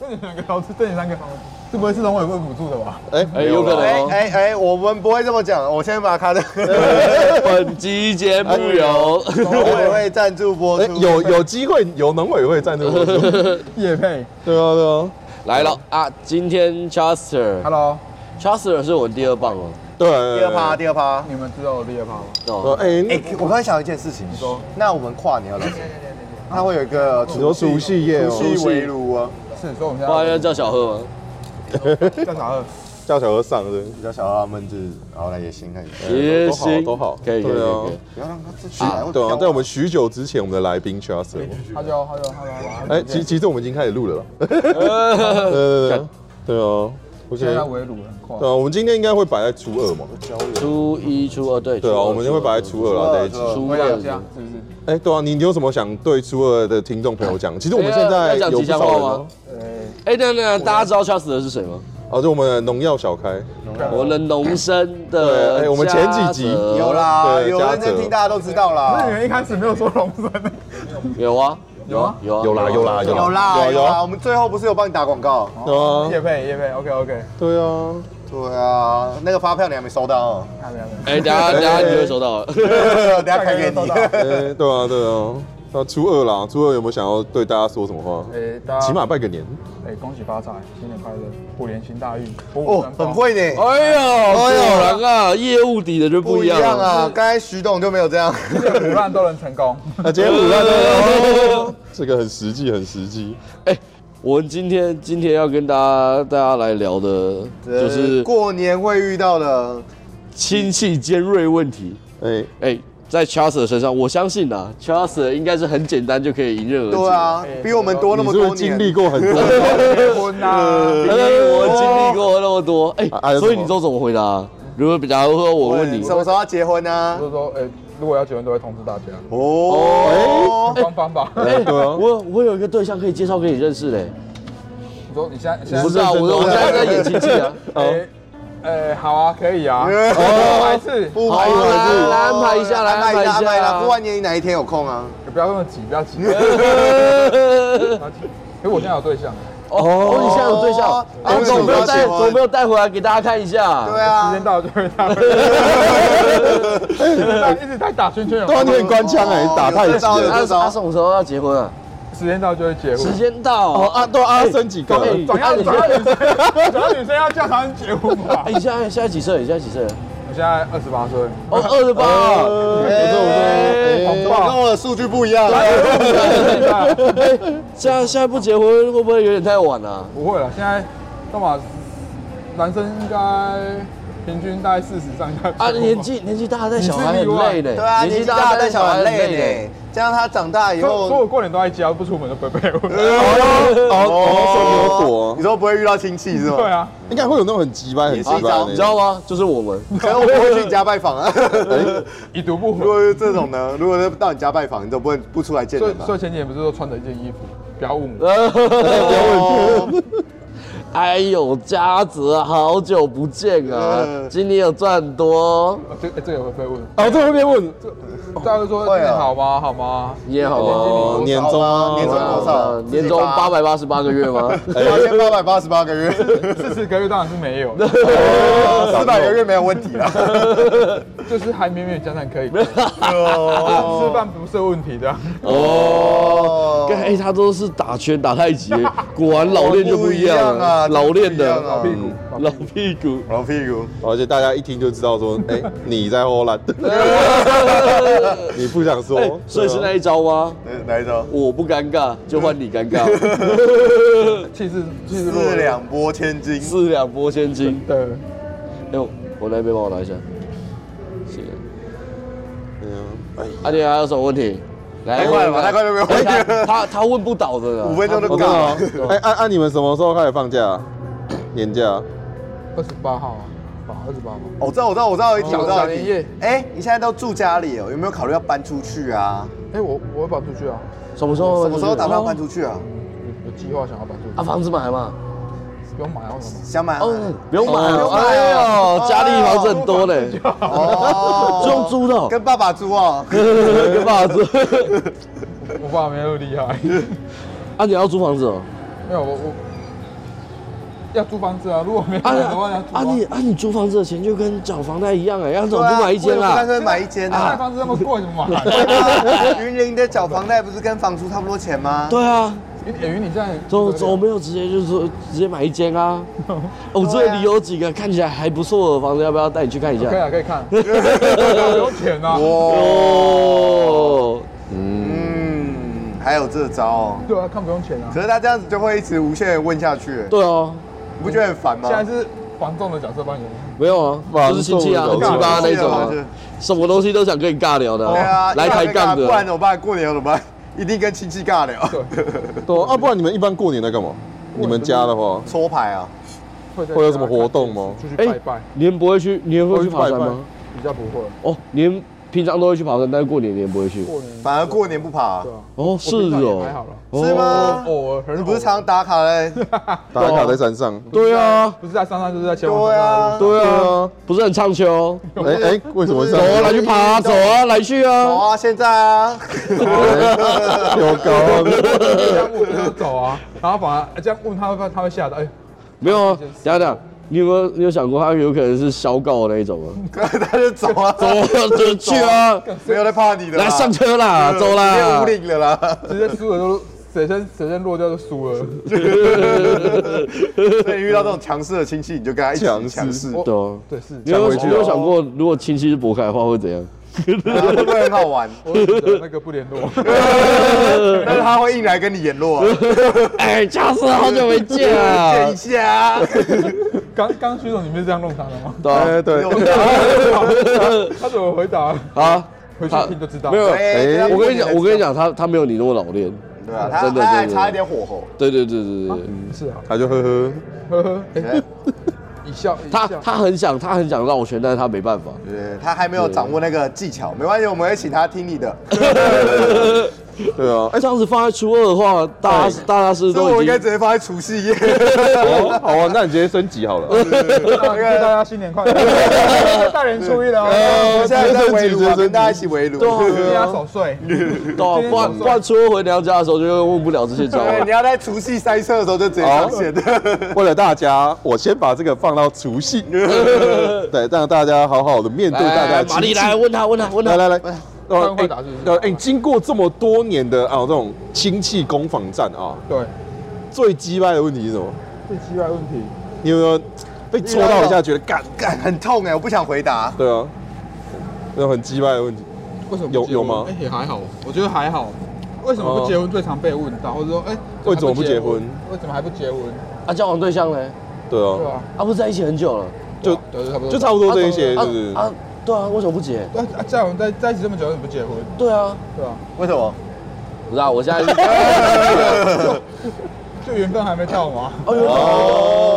这你两个投资，这你三个投资，这不会是农委会补助的吧？哎哎有可能哎哦哎哎，我们不会这么讲，我先把卡的 本集节目由农委会赞助播哎，出，有有机会有农委会赞助我就，对啊 叶配对啊， 来了啊！今天 Chester，Chester ，Hello，是我第二棒哦。对。第二趴，第二趴。你们知道我的叶趴吗？呃，哦，哎，哎那，我刚才想到一件事情，说那我们跨年要聊什么？它会有一个你说除夕夜除夕哦，围炉啊，是，所以我们不然要现叫小贺吗？在叫啥二？叫小和尚是比较小辣焖制，然后来也行，看一下。不是哎也都好呃行，都好，可以可以对啊可以。不要让它这起来会对啊，飘在我们许久之前，我们的来宾 Chester，他叫他叫他叫。哎，其其实我们已经开始录了啦， 对呃对对对啊现在，OK，围炉很快对。啊，我们今天应该会摆在初二嘛， 初一、初二对。对啊，初二我们就会摆在初二啦在一起初。二初我二两下是不是？哎，对啊，你你有什么想对初二的听众朋友讲？其实我们现在哎要讲有吉不祥少话人哦吗？哎，等等等，大家知道 Chester 是谁吗？哦，就我们的农药小开，我的农生的对哎我们前几集嘉泽有啦，对有认真嘉泽听，大家都知道那你啦。们一开始没有说龙神，有啊有啊有啊有啦有啦有哦有啦有有啊啦，有我们最后不是有帮你打广告？对叶啊，配叶配，OK OK，对 啊，对啊，那个发票你还没收到 哦，看没有没有。哎，等下等下你会 收到了。等下开给你。哎，对啊对啊，那初二啦，初二有没有想要对大家说什么话？哎，啊大家起码拜个 年，哎，恭喜发财，新年快乐，虎年行大运，虎虎哦生，很风。会呢，哎呦， 果然哎啊，业务底的就不不一一样样啊了。！刚才徐董就没有这样，虎烂都能成 功。那啊今天五万多，这个很实际很实际，哎，我们今天今天要跟大家大家来聊的就是呃过年会遇到的，亲戚尖锐问题。哎，哎、在 Charles 身上，我相信啊，Charles 应该是很简单就可以迎刃而解。对，啊，比我们多那哎你么是不是多经年，历过很 多？结婚呐，呃哎我经历过那么多，哎、哎啊还有什么所以你都怎么回答？如果假如说我问你，什么时候要结婚啊呢我？就说，哎，如果要结婚都会通知大家，哦，帮帮吧。哎对啊，我我有一个对象可以介绍给你认识嘞、你说你现在现不在是啊，我我现在在演亲戚 啊。哎，哎，好啊，可以啊，哦哎来一次，不好不来不来安排一下来安排安排一下安排一下。过完年你哪一天有空啊？不要那么急，不要 急。哎，我现在有对象，哦，你现在有对象啊哦，哎、为什总么没有要带，结婚总没有带回来给大家看一下。对时啊间，到就会到。一直在打圈圈，对啊，你很官腔哎，哦打太有这极招有了。阿阿啊什么时候要结婚啊？ 时间到就会结时婚。间到。哦啊，对啊，阿生几个？哎转要转要女生，转要女生要叫他们结婚吧哎、。你现在现在几岁？你现在几岁？我现在二十八岁，哦，二 十八。我怎么哎跟我的数据不一样？哎现在现在不结婚会不会有点太晚啊了、不会了。现在干嘛？男生应该平均大概四十上下。啊，年纪年纪大带小孩你是例很外累的，对啊，年纪大带小孩累呢，这样他长大以所以所以后我过年都在家，不出门都不会 被问。啊哦哦，送牛哦果你，说不会遇到亲戚是吗？对，啊，应该会有那种很鸡掰、很鸡掰也是一你的知。道吗？就是我们， 可能我不会去你家拜访啊。哎已读不回如。果是这种呢？如果是到你家拜访，你都不会不出来见所人以吧？所以前几年不是说穿着一件衣服，不要问我。哦哎呦，嘉泽，好久不见啊！嗯今年有赚多，啊这哎这个会被问，哦，这后面问大家会说今会啊年好吗？好吗？你也好哦，吗？年终啊，年终多少？年终八百八十八个月吗？ 八千哦八百八十八个月，四十个月当然是 没有，四百个月没有问题啊啦。就是还勉勉强强可以，吃饭不是问题的。啊 哦，哎，他都是打拳打太 极，果然老练就不一样了，哦不一样啊老练真的不一的样啊屁股，老屁股。老屁股，而且大家一听就知道说，哎，你在荷兰，你不想哎说，所以是那一招吗？哪哪一招？我不尴尬，就换你尴尬， 气势气势弱四了。两拨千斤，四两拨千斤。对，哎、呦，我那边帮我拿一下。谢谢。哎阿弟还有什么问题？来太快了吧？太快就没有问题了。哎他他他问不倒的啊五呢。分钟就我够知道了。。哎，按按你们什么时候开始放假？年假？二十八号啊，二十八号。我知道，我知道，我知道一题，我知道小一年题夜。哎，你现在都住家里哦，有没有考虑要搬出去啊？哎，我我会搬出去啊，什么时候？什么时候打算要搬哦？出去啊？有有计划想要搬出啊，去，房子买嘛。不用买啊什么。想买啊？哦，不用买哦。哦不用买哎哎哦呦，家里房子很多嘞，哦就用租的哦。跟爸爸租 哦。跟爸爸租。我爸没有厉害， 啊，你要租房子哦？没有我我要租房子啊，如果没有啊钱的话要租啊你啊你租房子的钱就跟缴房贷一样哎，要怎对么啊不买一间我也不干啦？脆买一间啊，啊。房子那么贵，怎么买？ 云林的缴房贷不是跟房租差不多钱吗？对啊，你等于你现在总总没有直接就是说直接买一间啊。我这里有几个看起来还不错的房子，要不要带你去看一下可以？啊，可以 看，有钱啊，哦，嗯，还有这招哦。对啊，看不用钱啊。可是他这样子就会一直无限的问下去，对哦，你不觉得很烦吗现？在是房仲的角色扮演，没有啊，就是亲戚啊，很房鸡仲的巴角色那种啊是啊，什么东西都想跟你尬聊的对啊，啊，来抬杠不然的。怎么办？过年要怎么办？一定跟亲戚尬聊， 对啊，不然你们一般过年在干嘛？你们家的话，搓牌啊。会在会有什么活动吗出去拜拜，哎你们不会去，你们会去爬山我会去吗？比较不会。哦，你们平常都会去爬山，但是过年你们不会去。过年反而过年不爬对，啊，哦，是平常也哦，还好啦哦啊是吗偶尔可你是不是常常打卡嘞？打卡在山上。对啊，不是在山上就是在前往对啊，对啊，不是很畅秋。哎哎，为什么会对上走啊？啊，来去爬啊，走啊，来去好 啊。啊，现在 啊，有高啊，这样问他走啊，然后反而这样问他，他他会吓到，哎，没有啊，等一下等一下，你有没有你有想过他有可能是小告的那一种啊？ 他就走啊，走啊，就去啊，没有在怕你的啦，来上车啦，走没有啦无。领 了啦。直接输了就谁先谁先落掉就输了。所以遇到这种强势的亲戚，你就跟他一起强势强势，对啊，对，是你有没有抢回去啊你有没有想过，如果亲戚是博凯的话会怎样？然啊后会不会很好 玩？我会觉得那个不联络， 啊但是他会硬来跟你联络啊，哎，嘉斯，好久没见 见啊一！下啊。刚刚徐总你们是这样弄他的吗？对啊哎对，他怎么回答？好啊，回去他听就知道。没有哎我跟你讲，我跟你，讲，他他没有你那么老练。 对啊，他真的他还真的差一点火候。对对对对对，是啊， 他就呵呵，呵呵，哎，一笑一他笑，他很想他很想绕圈，但是他没办法。对，他还没有掌握那个技巧，没关系，我们会请他听你的。对啊，哎，这样子放在初二的话，大家大家是不是所以我都们已应该经直接放在除夕夜，好好啊，那你直接升级好了，那祝啊大家新年快 乐，大年初一 了我哦，们现在在围炉直接升级直接啊，升啊级跟大家一起围炉。祝 大家守岁。到啊，不然不然初二回娘家的时候就问不了这些招对，了你。要在除夕塞车的时候就直接上线。为了大家，我先把这个放到除夕，对，让大家好好的面对大家来，的玛亲戚丽来问他问他问来来他，来，他们会打是不是呃，哎，经过这么多年的啊这种亲戚攻防战啊，对，最鸡掰的问题是什么？最奇怪的问题，你有没有被戳到一下，觉得干干？干很痛哎，我不想回答。对啊，那种很鸡掰的问题。为什么不有结婚有吗哎也还好，我觉得还好。为什么不结婚最常被问到，或者说，哎，为什么不结婚？为什么还不结婚？啊，交往对象呢？对对啊，吧？啊，不是在一起很久了。就对，差不多。就差不多这一些，啊是不是？啊，对啊，为什么不结？对啊，在我们在在一起这么久，为什么不结婚？对啊，对吧？为什么？不是啊，我现在是就缘分还没 到嘛。哦呦，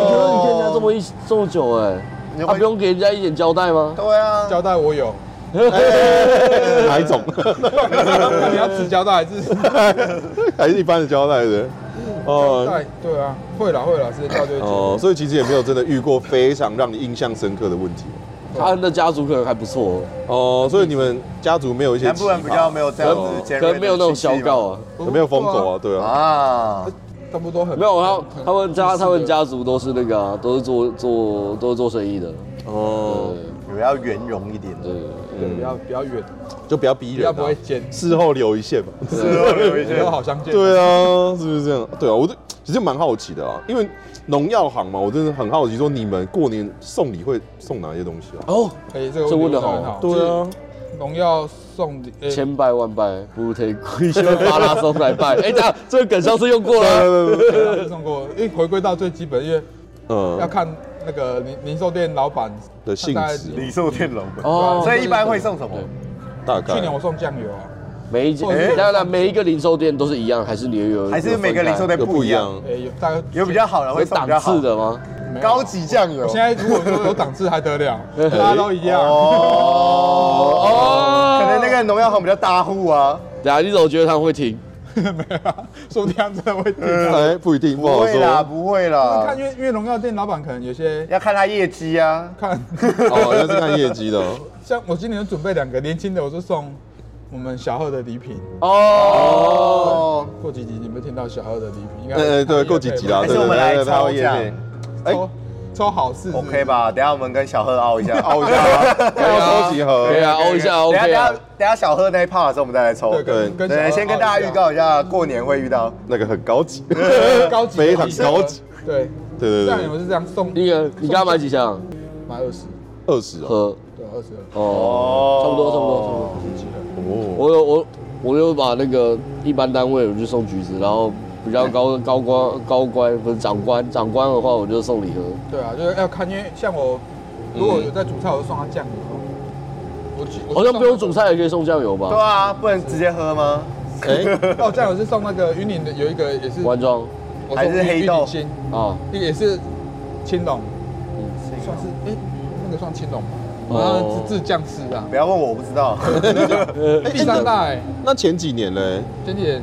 你跟你跟人家这么一这么久哎，你他不用给人家一点交代吗？对啊，交代我有， 哪一种？ 你要直交代还是？还是一般的交代的？哦对 对啊，会啦会啦，时间到就会结。哦，所以其实也没有真的遇过非常让你印象深刻的问题。 他的家族可能还不错，哦，所以你们家族没有一些南部人比较没有这样子尖哦可锐的能没有那种小告啊。有没有疯狗啊？对亲戚吧啊，啊。差不多很没有，他他们家他们家族都是那个、啊，都是做做都是做生意的。哦，有要圆融一点的，对，对嗯比较比较远，就不要逼比人较啊不会，尖，事后留一线嘛。以后好相见。对啊，是不是这样？对啊，我就其实蛮好奇的啊，因为农药行嘛，我真的很好奇，说你们过年送礼会送哪些东西啊？哦，哎，这个这问问题得问得很好好。对啊，就是农药送礼，哎千拜万拜，不推亏修巴拉松来 拜。哎、这样这个梗上次用过了。对啊送过，因为回归到最基本，因为要嗯，看那个零零售店老板的性大概质礼寿天龙门。哦 所以一般会送什么？大概。去年我送酱油啊，每一间，哎当然了每一个零售店都是一样，还是你有有哦还是每个零售店有不不一一样？样哎，有大概有比较好的会有送档比较好次，的吗？没有啊高。级酱油我。现在如果说有档次还得了，大家都一样。哦，可能那个农药行比较大户啊，等下你怎么觉得他们会停？ 没有啊，说不定他真的会听啊。哎，不一定，不不好会哦啦，说。不会就是看，啦，因为因为荣耀店老板可能有 些要看他业绩啊。看，哦，那是看业绩的。哦像我今年有准备两个年轻的，我是送我们小贺的礼品。哦，哦，过几集你们听到小贺的礼品，应该哦呃，对，过几集啦，还对是对我们来对，他抽会业奖配。哎抽抽好事是不是，OK？吧？等一下我们跟小贺 凹一下，凹一下吗，要抽几盒？可以啊，可以凹一下等一下等 OK 一下啊。等一下小贺那一 part 的时候我们再来抽。对，跟跟小对，二先跟大家预告一下，过年会遇到。那个很高级， 凹一下，高级非常高级。。对，对对这样你对，们是这样送第一个，你刚刚买几箱？买二十，二十哦，盒对，二十二。哦，哦差不多差不多差不多。哦，我有我我有把那个一般单位我就送橘子，然后比较高高官高官不是长官长官的话，我就送礼盒。对啊，就是要看，因为像我如果有在煮菜，我就送他酱油。我记好像不用煮，菜也可以送酱油对吧？啊，不能直接喝吗？哎，哦，酱油是送那个云岭的有一个也是，罐装我送还是黑豆云岭青啊，那个也是青龙，算是哎、那个算青龙吧，嗯哦然后自制酱汁啊不。要问我，我不知 道。呃，第三代那前几年嘞？前几年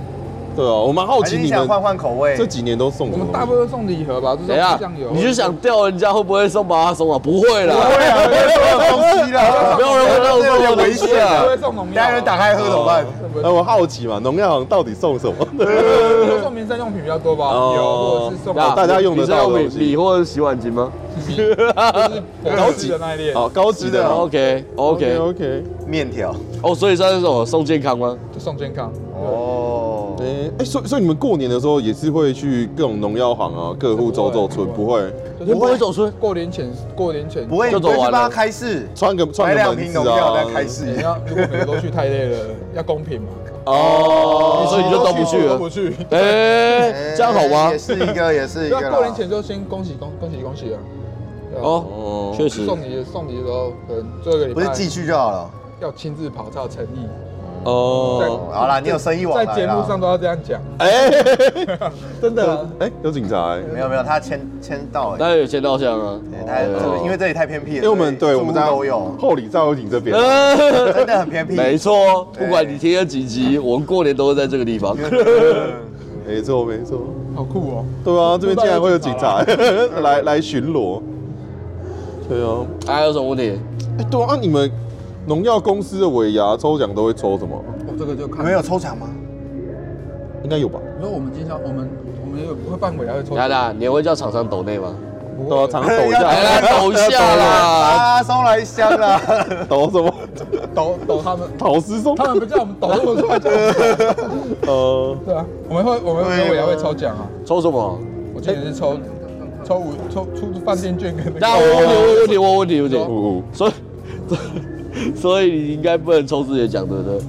对啊，我蛮好还奇是你你想们换换口味这？几年都送我什们大部么？分都送礼盒吧，就是等一下酱油。，啊你就想吊人家会不会送马拉松啊？不会啦，对啊，东西啦没有人会让我送这这有种点东危西险不啊会。送农等一药啊，下有人打开喝怎么办？那哎我好奇嘛，农药行到底送什么？ 呃都送民生用品比较多吧，哦有或者是送那大家用得到的东你西知道米米或者洗碗巾吗就是高级的那一列，好高级的哦啊？OK OK OK。面条。哦，所以算是什么送健康吗？就送健康。哦，哎、哎，所以所以你们过年的时候也是会去各种农药行啊，各户走走村，不不会就是我不会走村过年前，过年前不会，就你走不会去完了帮他开市，穿个买穿个两门瓶子农药啊再，开市你。要如果每个都去太累了，要公平 嘛。哦，所以你就都不去都了不去。哦哎，哎这样好吗也？是一个，也是一对个啊，啦。过年前就先恭喜恭恭喜恭喜啊！对啊，哦，确实送礼送礼的时候，可能最后一个礼不是拜寄去就好了。要亲自跑才有诚意。哦，好啦，啊你有生意往在来节目上啦。都要这样讲， 哎、 真的啊。哎、有警察、哎没有没有，他签签到哎。那有签到箱啊。对他这个因为这里太偏僻了，因为我们对我们大家家都有，后里赵有景这边，呃真的很偏僻。没错，对不管你听了几集，我们过年都会在这个地方。哎没错没错，好酷哦！对啊，这边竟然会有警察 来来巡逻，对啊，还有什么问题？哎、对啊，啊你们农药公司的尾牙抽奖都会抽什么？我哦这个就你看们有，抽奖 吗？应该有吧？因为我们经常我们我们有会办尾牙会抽，娜娜，你也会叫厂商抖内吗？不对啊，会常常抖一下，哎来来抖一下啦！啊，送来香 啦！抖什么？ 抖抖他 们，陶师松他，们不叫我们抖，我们出来叫我们抖。呃。对啊，我们会我们尾牙会抽奖啊，抽什么？我今年是抽抽五抽出饭店券跟那那我个。啊问你，我问你，我问你，我问呜呜你。所以，所以 你应该不能抽自己的奖，对不对？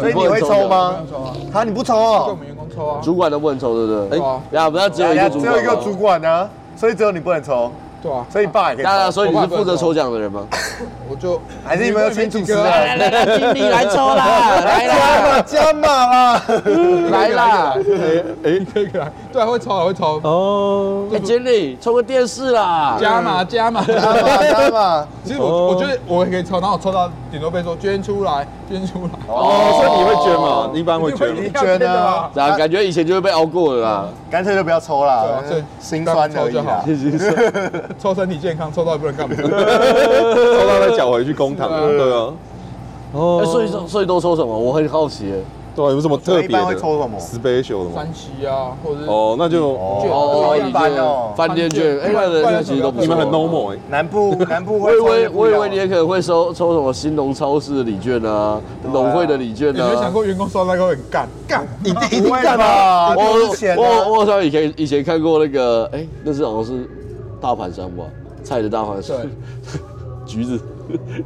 所以你会抽吗不能抽啊？啊，你不抽给我哦？们员工抽啊。主管都不能抽，对不对？对啊哎，呀，不要只有一人家个只主有管一个吗。主管呢，所以只有你不能抽，对啊，所以你爸也可以娜娜，抽。所以你是负责抽奖的人吗？我就还是你们要请主持人来来来来，经理来抽啦， 来啦，加码啊啦！来啦！哎，可以可以来， 对啊，会抽啊会抽，哦，哎，经理，抽个电视啦！加码 加码。加码加码！其实我我觉得我也可以抽，然后我抽到顶多被说捐出来捐出来，哦， 所以你会捐嘛？你一般会捐一定吗？要捐的啊。然后感觉以前就会被熬过了啦。干脆就不要抽对啊啦所以，心酸而已抽就啦好。抽身体健康，抽到也不能干嘛。抽到再缴回去公堂，是啊对啊。哎哦所以所以都抽什么？我很好奇耶。对啊，有什么特别所以一般的会抽什么？special 的吗？山西啊，或者是哦，那就券哦，哦一般哦。饭店券，哎，那那其实都不错啊你们很 normal 哎。南部南部我会以抽为也不我一以样为你也可能会收抽什么新农超市的礼券啊，农会的礼券你有没有想啊。过员工收到那个会很干干？一定不会吧？我我之前我我我好像以前以前看过那个，哎，那是好像是大盘商吧，菜的大盘商对，橘子，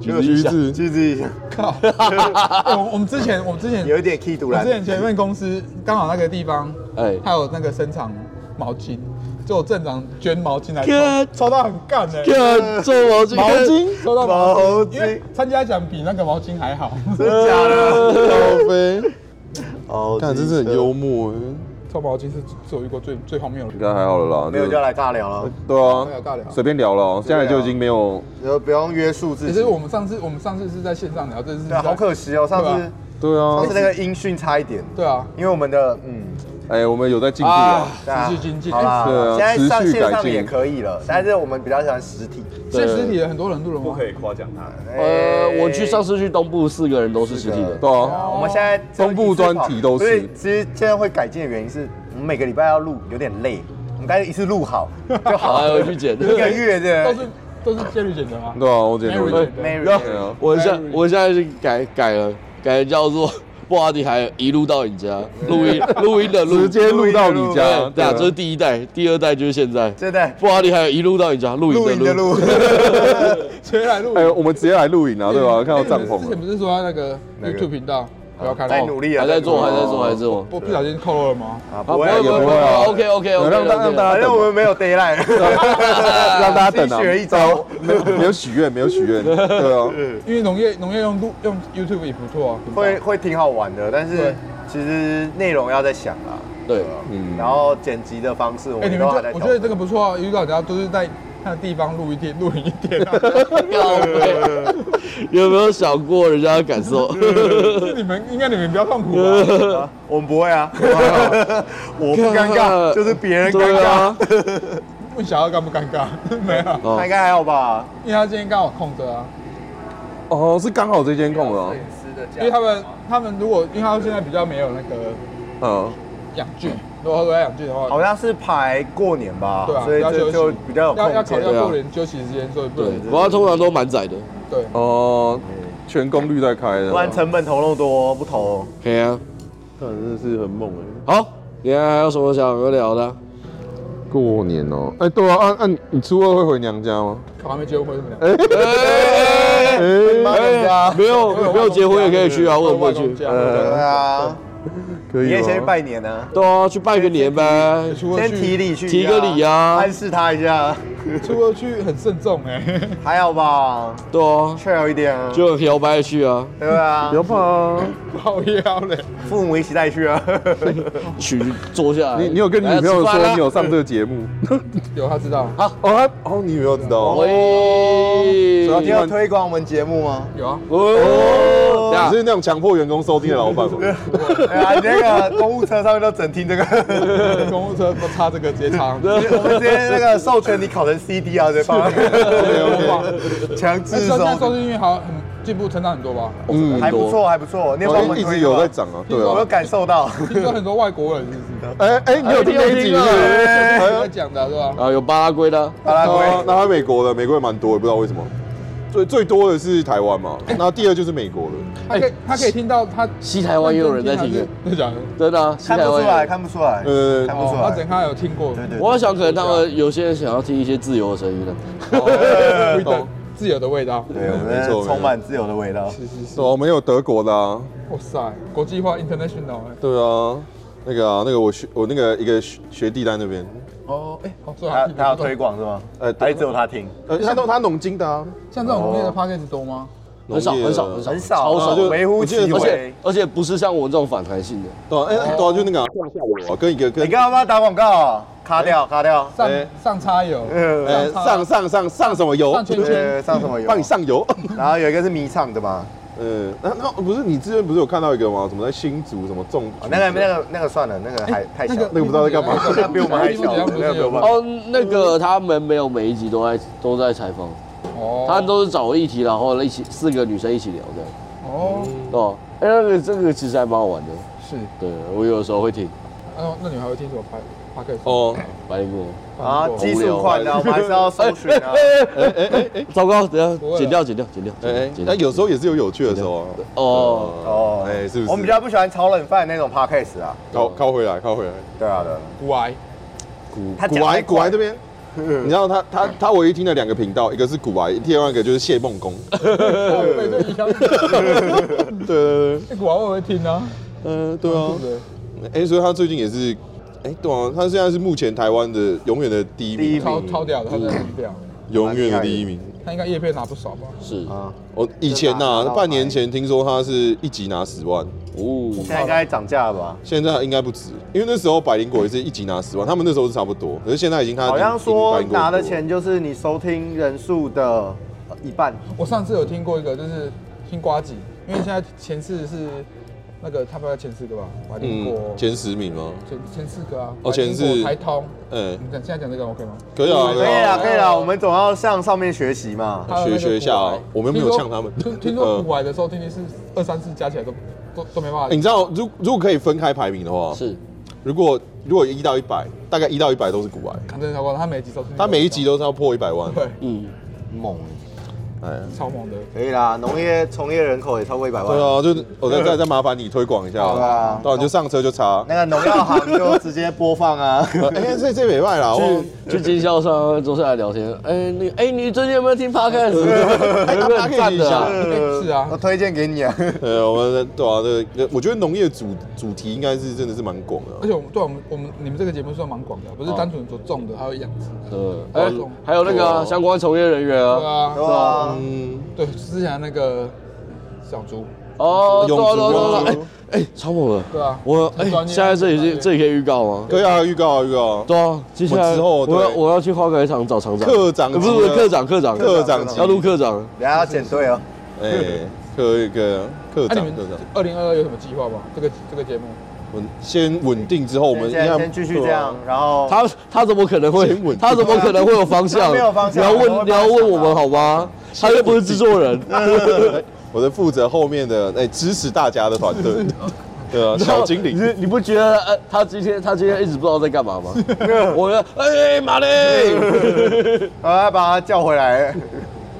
橘子橘一下，子，其实 靠！欸我我们之前我们之前有一点 key 独我蓝之，前前面公司刚好那个地方，哎，还有那个生产毛巾，就我镇长捐毛巾来干抽，抽到很干哎、看做毛巾，毛巾，抽到毛巾，毛巾因为参加奖比那个毛巾还 好，真的假的？高飞，哦，看真是很幽默哎。抽毛巾是是我遇过最最荒谬的应。该还好了啦，没有就要来尬聊了，对没有啊尬聊，随便聊了哦，现在就已经没有就不用约束自可己。是我们上次我们上次是在线上聊，这次是对，好可惜哦，上对次啊对啊上次，那个音讯差一点，对啊，因为我们的嗯，哎，我们有在进步啊，对啊持续精进好 啦对啊，现在上持续改线上进也可以了，但是我们比较喜欢实体。现实体的很多人路人不玩可，以夸奖他。呃，哎我去上次去东部，四个人都是实体的。对啊，我们现在东部专题都是所以其实现在会改进的原因是，我们每个礼拜要录有点累，们该一次录好就好好，了我，去捡。一个月都的是都是 Jerry 剪的吗？对啊，我捡没的人。 Mary，对啊，我现我现在是改改了，改了叫做布拉迪海一路到你家录音录音的录，直接录到你家，对对啊，这是第一代，第二代就是现在。真的布拉迪海一路到你家录录影影的的录录，，谁来录？哎，我们直接来录影啊，对吧？哎嗯看到帐你们篷之 前了，不是说那个哪个 YouTube 频道不要开了在吗？努力啊，还在做，还在做，还在做做。我不小心扣了吗？啊，啊不会啊，不会也不会啊 OK OK 让 OK，让大反正我们没有 d a y l i g h t 让大家等啊，新学一嗯招没有没有许愿，没有许 愿，对啊，因为农业农业用录用 YouTube 也不错啊，会会挺好玩的，但是对其实内容要在想啊，对，嗯然后剪辑的方式我哎，你们都们这还在我调觉整得这个不错啊，因为大家都是在那地方录一天，录影一天啊。靠北 有没有想过人家的感 受？是你们应该你们比较痛苦吧？啊我们不会啊， 我不尴尬，就是别人尴对尬 啊，问小孩尴不尴尬？没有，哦他应该还好吧？因为他今天刚好空着啊。哦，是刚好这间空啊了，因为他们他们如果因为他现在比较没有那个嗯，养菌，如果要养菌的话，好像是排过年吧对啊，，所以要就休就息比较有要要空考虑间。到过年休息时间，所以不对能，我通常都蛮窄的。对。哦，全功率在开的，不然成本投入多不投？可以啊，看真的是很猛哎。好，你还有什么想聊的？过年哦、哎、对啊，按、按、你初二会回娘家吗？考还没结婚什么的，哎、哎啊没有没有结婚也可以去啊，为什么不外会公去？呃家对对啊，可以你吗也先去拜年呢，对啊，去拜个年呗。初二先提去，礼去一下，提个礼啊暗示他一下，初二去很慎重哎、 还好吧对啊， ，chill 一点啊，就摇摆去啊，对啊不，要怕啊！靠腰嘞，父母一起带去 啊，去坐下来。啊你你有跟女朋友说你有上这个节目？有他知道，哦，啊她哦，你女朋友知道哦？喂，所以你要推广我们节目 吗？有啊，哦，你是那种强迫员工收听的老板 吗？对啊，你那个公务车上面都整听 这个，公务车不插这个直接插，我 们直接那个授权你考成 CD 啊，直接放，强制收，那哎现在收视率好很进步，成长很多吧？ 嗯，还不错，还不错，你有帮我好像们一推吗直有在，涨啊，对有没有啊。感 受到？听说很多外国人是不是？哎哎，你有听那一啊集是不是？哎在哎讲的是吧？啊，有巴拉圭的，巴拉那圭，那美国的，美国也蛮多的，不知道为什么。最最多的是台湾嘛，那第二就是美国的。他可以他可以听到他哎西台湾也有人在听耶，真的假的？真的啊，西看台不湾出也来，有。看不出来，呃看不出哦，哎他来整。他有听过，对对，我在想，可能他们有些人想要听一些自由的声音的，哦哎不一定自由的味道。对，我没们错充满自由的味道。是是是，我们哦有德国的啊，哇塞，国际化 international 哎。对啊，那个啊，那个我学我那个一个学学弟在那边，哦，欸哎，好，他他要推广是吗？呃呃，对还是只有他听？呃，他都他农经的啊，像这种农业的 podcast 多吗？很少农业的很少很少，很少超啊少，就微乎其微而且而且不是像我这种反弹性的，对啊，哎，对啊，就那个啊上下游啊，跟一个哎你跟干嘛帮他打广告啊？卡掉，卡掉。上 哎上叉有，呃上上上上什么游，上圈圈，呃，上什么油？帮你。上游。 然后有一个是迷唱的嘛，呃，那那不是你之前不是有看到一个吗？什么在新竹什么种啊那个那个那个算了，那个还太小了。哎那个不知道在干嘛那比我 们还小那个不是有吗？哦，那个他们没有每一集都在都在采访，哦他都是找议题，然后一起四个女生一起聊这样，哦哦，哎，那个这个其实还蛮好玩的，是，对我有的时候会听那那你还会听什么哦 p o d c a s 哦，白灵果，啊，基数款哎的，我们还是要搜寻啊。糟糕，等不一会下啊剪掉剪掉剪掉，哎哎剪，那掉，有时候也是有有趣的时候啊。哦，哦，哎，是不是？我们比较不喜欢炒冷饭那种 podcast 啊。靠靠回来，靠回来。对啊，对啊。古 癌，古他古讲癌太快古癌这 边，你知道他他他唯一听的两个频道，一个是古癌，第二个就是谢梦工。哦我被这影响， 哎 对对对，古癌我会听啊，嗯，对啊对。不对？哎，所以他最近也是，哎，对啊，他现在是目前台湾的永远的第一第一名名，超超屌的，他真的很屌，永远的第一名。他应该叶片拿不少吧？是哦，啊，我以前呐、真的啊半年前听说他是一集拿十万，哦现在应该涨价了吧？现在应该不止，因为那时候百灵果也是一集拿十万，他们那时候是差不多，可是现在已经他已经好像说赢百灵果很多拿的钱就是你收听人数的呃一半。我上次有听过一个，就是听瓜子，因为现在前四是那个差不多前四个吧，我还听过嗯前十名吗？前前四个啊，哦前四台通，嗯你，讲现在讲这个 OK 吗？可以啊，嗯可以啦，可以啦，我们总要向上面学习嘛。还有那个学学一下啊古癌我们没有听说呛他们听听呃说古癌的时候，听听是二三四加起来都都都没办法嗯哎。你知道如如果可以分开排名的话，是如果如果一到一百，大概一到一百都是骨癌，真的超高，他每一集收视率都很高，他每一集都是要破一百万。对嗯，猛，哎，超猛的，可以啦，农业从业人口也超过一百万。对啊，就是我再再再麻烦你推广一下，好啊对啊，你就上车就查。那个农药行就直接播放 啊。哎，这这没办啦，我去去经销商坐下来聊天，哎、你哎、你最近有没有听 podcast？有没有很赞的、啊？哎是啊我推荐给你嗯啊。呃，我们对啊，对，我觉得农业主主题应该是真的是蛮广的啊而。且我们对我们我们你们这个节目算蛮广的，啊哦不是单纯所种的，还有养殖的，嗯，哎、哎，种还有那个啊、相关从业人员对啊，啊，哇，嗯，对，之前那个小猪，哦，对永啊足对啊对啊永对啊足，哎哎，超猛的，对啊我哎很专，业现在这里很专是业这里可以预告吗？可以啊，预告啊，预告啊。对啊，接下来我之后对我要我要去花改厂找厂长，呃课长级不的是不是科长科长课长级啊要录科长，等下要剪对哦。哎，课一个课啊那你长们课长，二零二二有什么计划吗？这个这个节目，我先稳定之后，我们应先该先继续这样，然后他他怎么可能会先稳他怎么可能会有方向？他没有方你向要我会问你要帮他问想我们好吗？他又不是制作人， 我在负责后面的哎支持大家的团 队，对啊，小精灵你，你不觉得呃他今天他今天一直不知道在干嘛吗？我要哎马嘞，然后要哎把他叫回 来。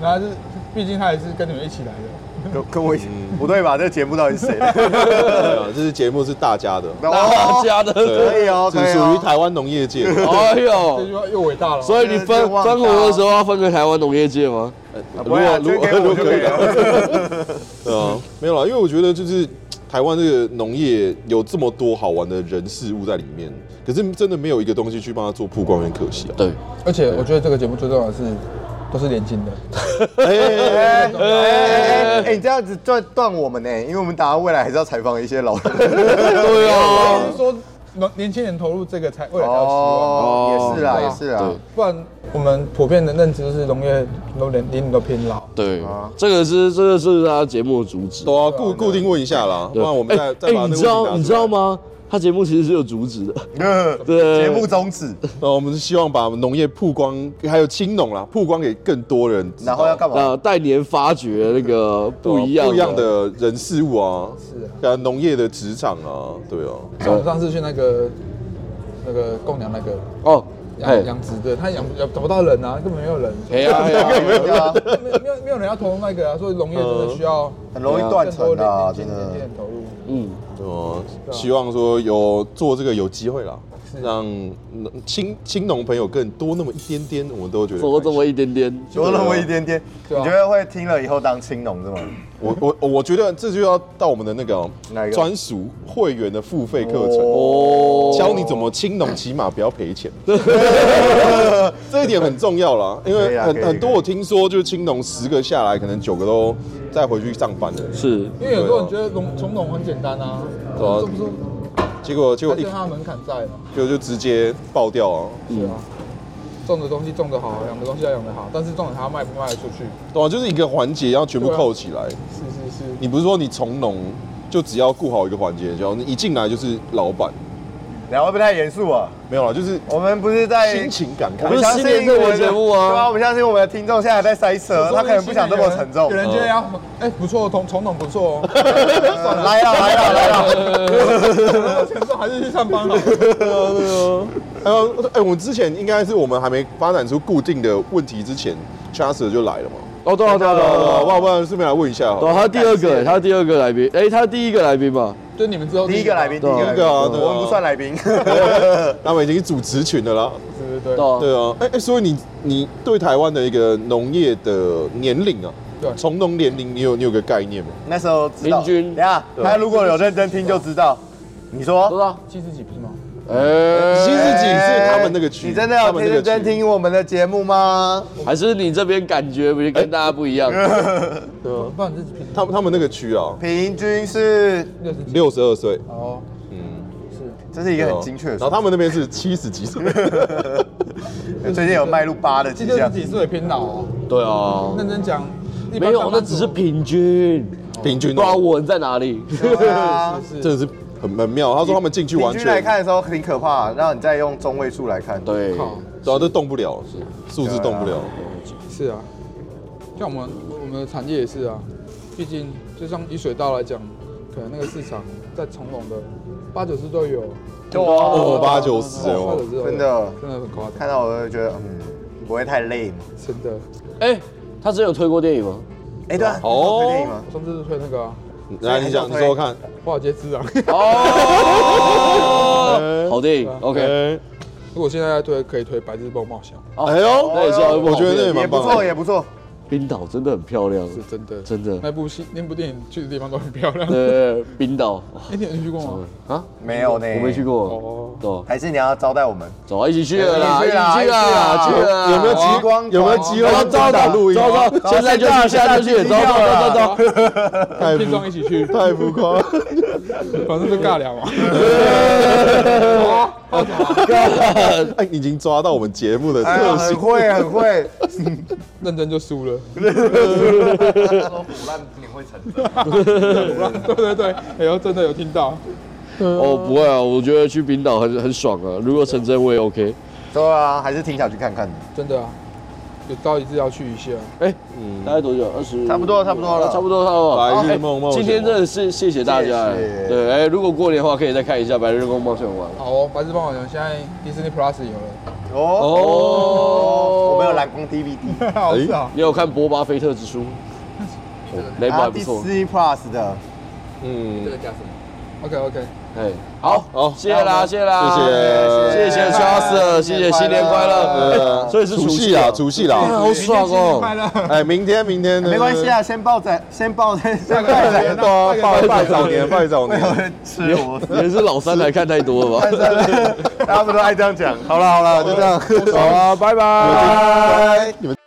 然后是，毕竟他也是跟你们一起来的，跟跟 我一起，不对吧？这个节目到底是 谁的？对啊，这是节目是大家的，哦啊大家的，可以哦是可以属哦于台湾农业界， 哎哦这句呦，话又伟大了。哦所以你分这忘分掉红的时候要分给台湾农业界吗？不会啊，如捐果给我如果就可可以以了。对啊，没有啦，因为我觉得就是台湾这个农业有这么多好玩的人事物在里面，可是真的没有一个东西去帮他做曝光，有点可惜啊。对，而且我觉得这个节目最重要的是，都是年轻的，哎哎哎哎哎，你这样子断断我们呢，因为我们打算未来还是要采访一些老人。对哦啊就是，说年年轻人投入这个才未来才有希望。哦，也是啦，对也啊是啦。不然，我们普遍的认知就是农业都年龄都偏老。对啊，这个是这个是他节目的主旨。都要啊固固定问一下啦，不啊对然我们哎再再把那个哎你问题知拿出道来你知道？吗？他节目其实是有主旨的，对节目宗旨，那啊我们是希望把农业曝光，还有青农啦，曝光给更多人知道。然后要干嘛？呃，带年发掘那个啊对不啊一样不一样的人事物啊，是啊啊，农业的职场啊，对啊，嗯像我们上次去那个那个供养那个哦，哎养养殖的，他养养找不到人啊，根本没有人，哎呀哎呀， 没有啊，没有没有没有人要投入那个啊，所以农业真的需要很容易嗯断更多层的啊，年真轻年轻的人。投入。嗯，对啊，希望说有做这个有机会啦，是让嗯青青农朋友更多那么一点点，我们都觉得多开心这么一点点，多那么一点点，对啊你觉得会听了以后当青农是吗？我我我觉得这就要到我们的那个哦哪一个专属会员的付费课程，哦，教你怎么青农起码不要赔钱，这一点很重要啦，因可以为啊可以很很多可以我听说就是青农十个下来，可能九个都再回去上班了，是因为有时候你觉得农从农很简单啊，对啊这不是结果结果但一是它的门槛在嘛？就就直接爆掉啊，是啊，种的东西种得好，养的东西要养得好，但是重点它卖不卖得出去？对啊，就是一个环节要全部扣起来，是是是，你不是说你从农就只要顾好一个环节，就好，你一进来就是老板，聊会不会太严肃啊？没有啦，就是我们不是在心情感哎我慨们。相信不是新年特别我们的节目啊对啊，我们相信我们的听众现在还在塞车，呃他可能不想这么沉重有。人觉得要哎不错，从从农不 错哦，算了，来了来了来了，沉重还是去上班好了。还有，哎、我之前应该是我们还没发展出固定的问题之前 c h a r l e 就来了嘛。哦，对啊对啊对啊对啊好不好？不然顺便来问一下好对了啊，他第二感个谢他第二个来宾，哎，他第一个来宾吧，就你们之后哦第一个来宾，第一对个啊来第一个啊宾，对啊啊我们不算来宾。 他们已经是主持群的啦。对对对对，啊对啊，哎、哎，所以你你对台湾的一个农业的年龄啊，对从农年龄，你有你有个概念吗？ 那时候知道，平均等一下对他如果有认真听就知道。你知说道？七十几不是吗？哎，七十几是他们那个区，哎你真的有他们那认个真区？听我们的节目吗？还是你这边感觉不跟大家不一样？对啊，不然你自己平他们他们那个区啊，平均是，六十几。六十二岁，哦，嗯，是这是一对个啊很哎精确的然后数。他们那边是七十几 岁，哎最近有迈入八的迹六十啊象。几岁也偏老哦。对啊，认真讲，一没般有上，那班族只是平均，平均不哦知道我在哪里。对啊，是真的是很很妙。他说他们进去平完均全来看的时候很可怕，然后你再用中位数来看。对，靠，然后啊都动不了，数啊字动不了。是啊，像我们我们的产业也是啊，毕竟就像以水稻来讲，可能那个市场在从容的八九十都有，有哦，啊，八九十夸哦张，之后真的真的很夸张，看到我就觉得，嗯，不会太累嘛。真的。哎，他真有推过电影吗？哎，对啊，哦哦，电影吗？我上次推那个哦啊来，你讲，你说说看。 《华尔街之狼》，哦， 好电影，OK， OK， 如果现在推可以推《白日梦冒险哦啊哎呦，那也是我觉得那也哦也蛮不棒错，的。也不错。冰岛真的很漂亮》，，是真的，真的那部戏、那部电影去的地方都很漂亮。对对，对冰岛哎，你有去过吗？啊，没有呢，我没去。过哦，走还是你要招待我们？走啊，一起去了啦，一起去啦去啦，一起去去啦，有没有好啊极光？有没有极好啊光？照打录音，走走，现在就去，现在就去，走走走走走。太拼装浮一起去，太浮夸了。反正就尬聊嘛。 哎，你已经抓到我们节目的哎呀，特很性。会，很会。认真就输 了。说腐烂年会成真。对对对，哎呦，真的有听到。哦，不会啊，我觉得去冰岛很很爽啊，如果成真我也 OK。对啊，还是挺想去看看的。真的啊，有朝一日要去一下。哎，嗯大概多久？二十？差不多差不多了差不多，差不多。白日哎梦冒险今天真的是谢谢大家。哎谢谢对，哎，如果过年的话，可以再看一下《白日梦冒险王》。好哦，白日帮我讲，现在 Disney Plus 有了。哦，哦我们有蓝光 DVD，好是啊，你有看《博巴菲特之 书》？哦那一部还不啊第错。四 Plus 的。嗯，叫什么？OK OK，哎，好，好，谢谢啦，谢谢啦，谢谢呃谢谢 Charles，谢谢新年快呃乐。哎所以是除夕啦，啊，呃除夕啦哎。 好爽快 哦。乐。哎，明天明天呢没关系，啊，先抱枕，先抱枕，先个抱枕对啊，拜拜早年，拜早没年。有人吃我，也是老三来看太多 了吧？大家不都爱这样讲？好了好了，就这样，好啊，拜拜。拜。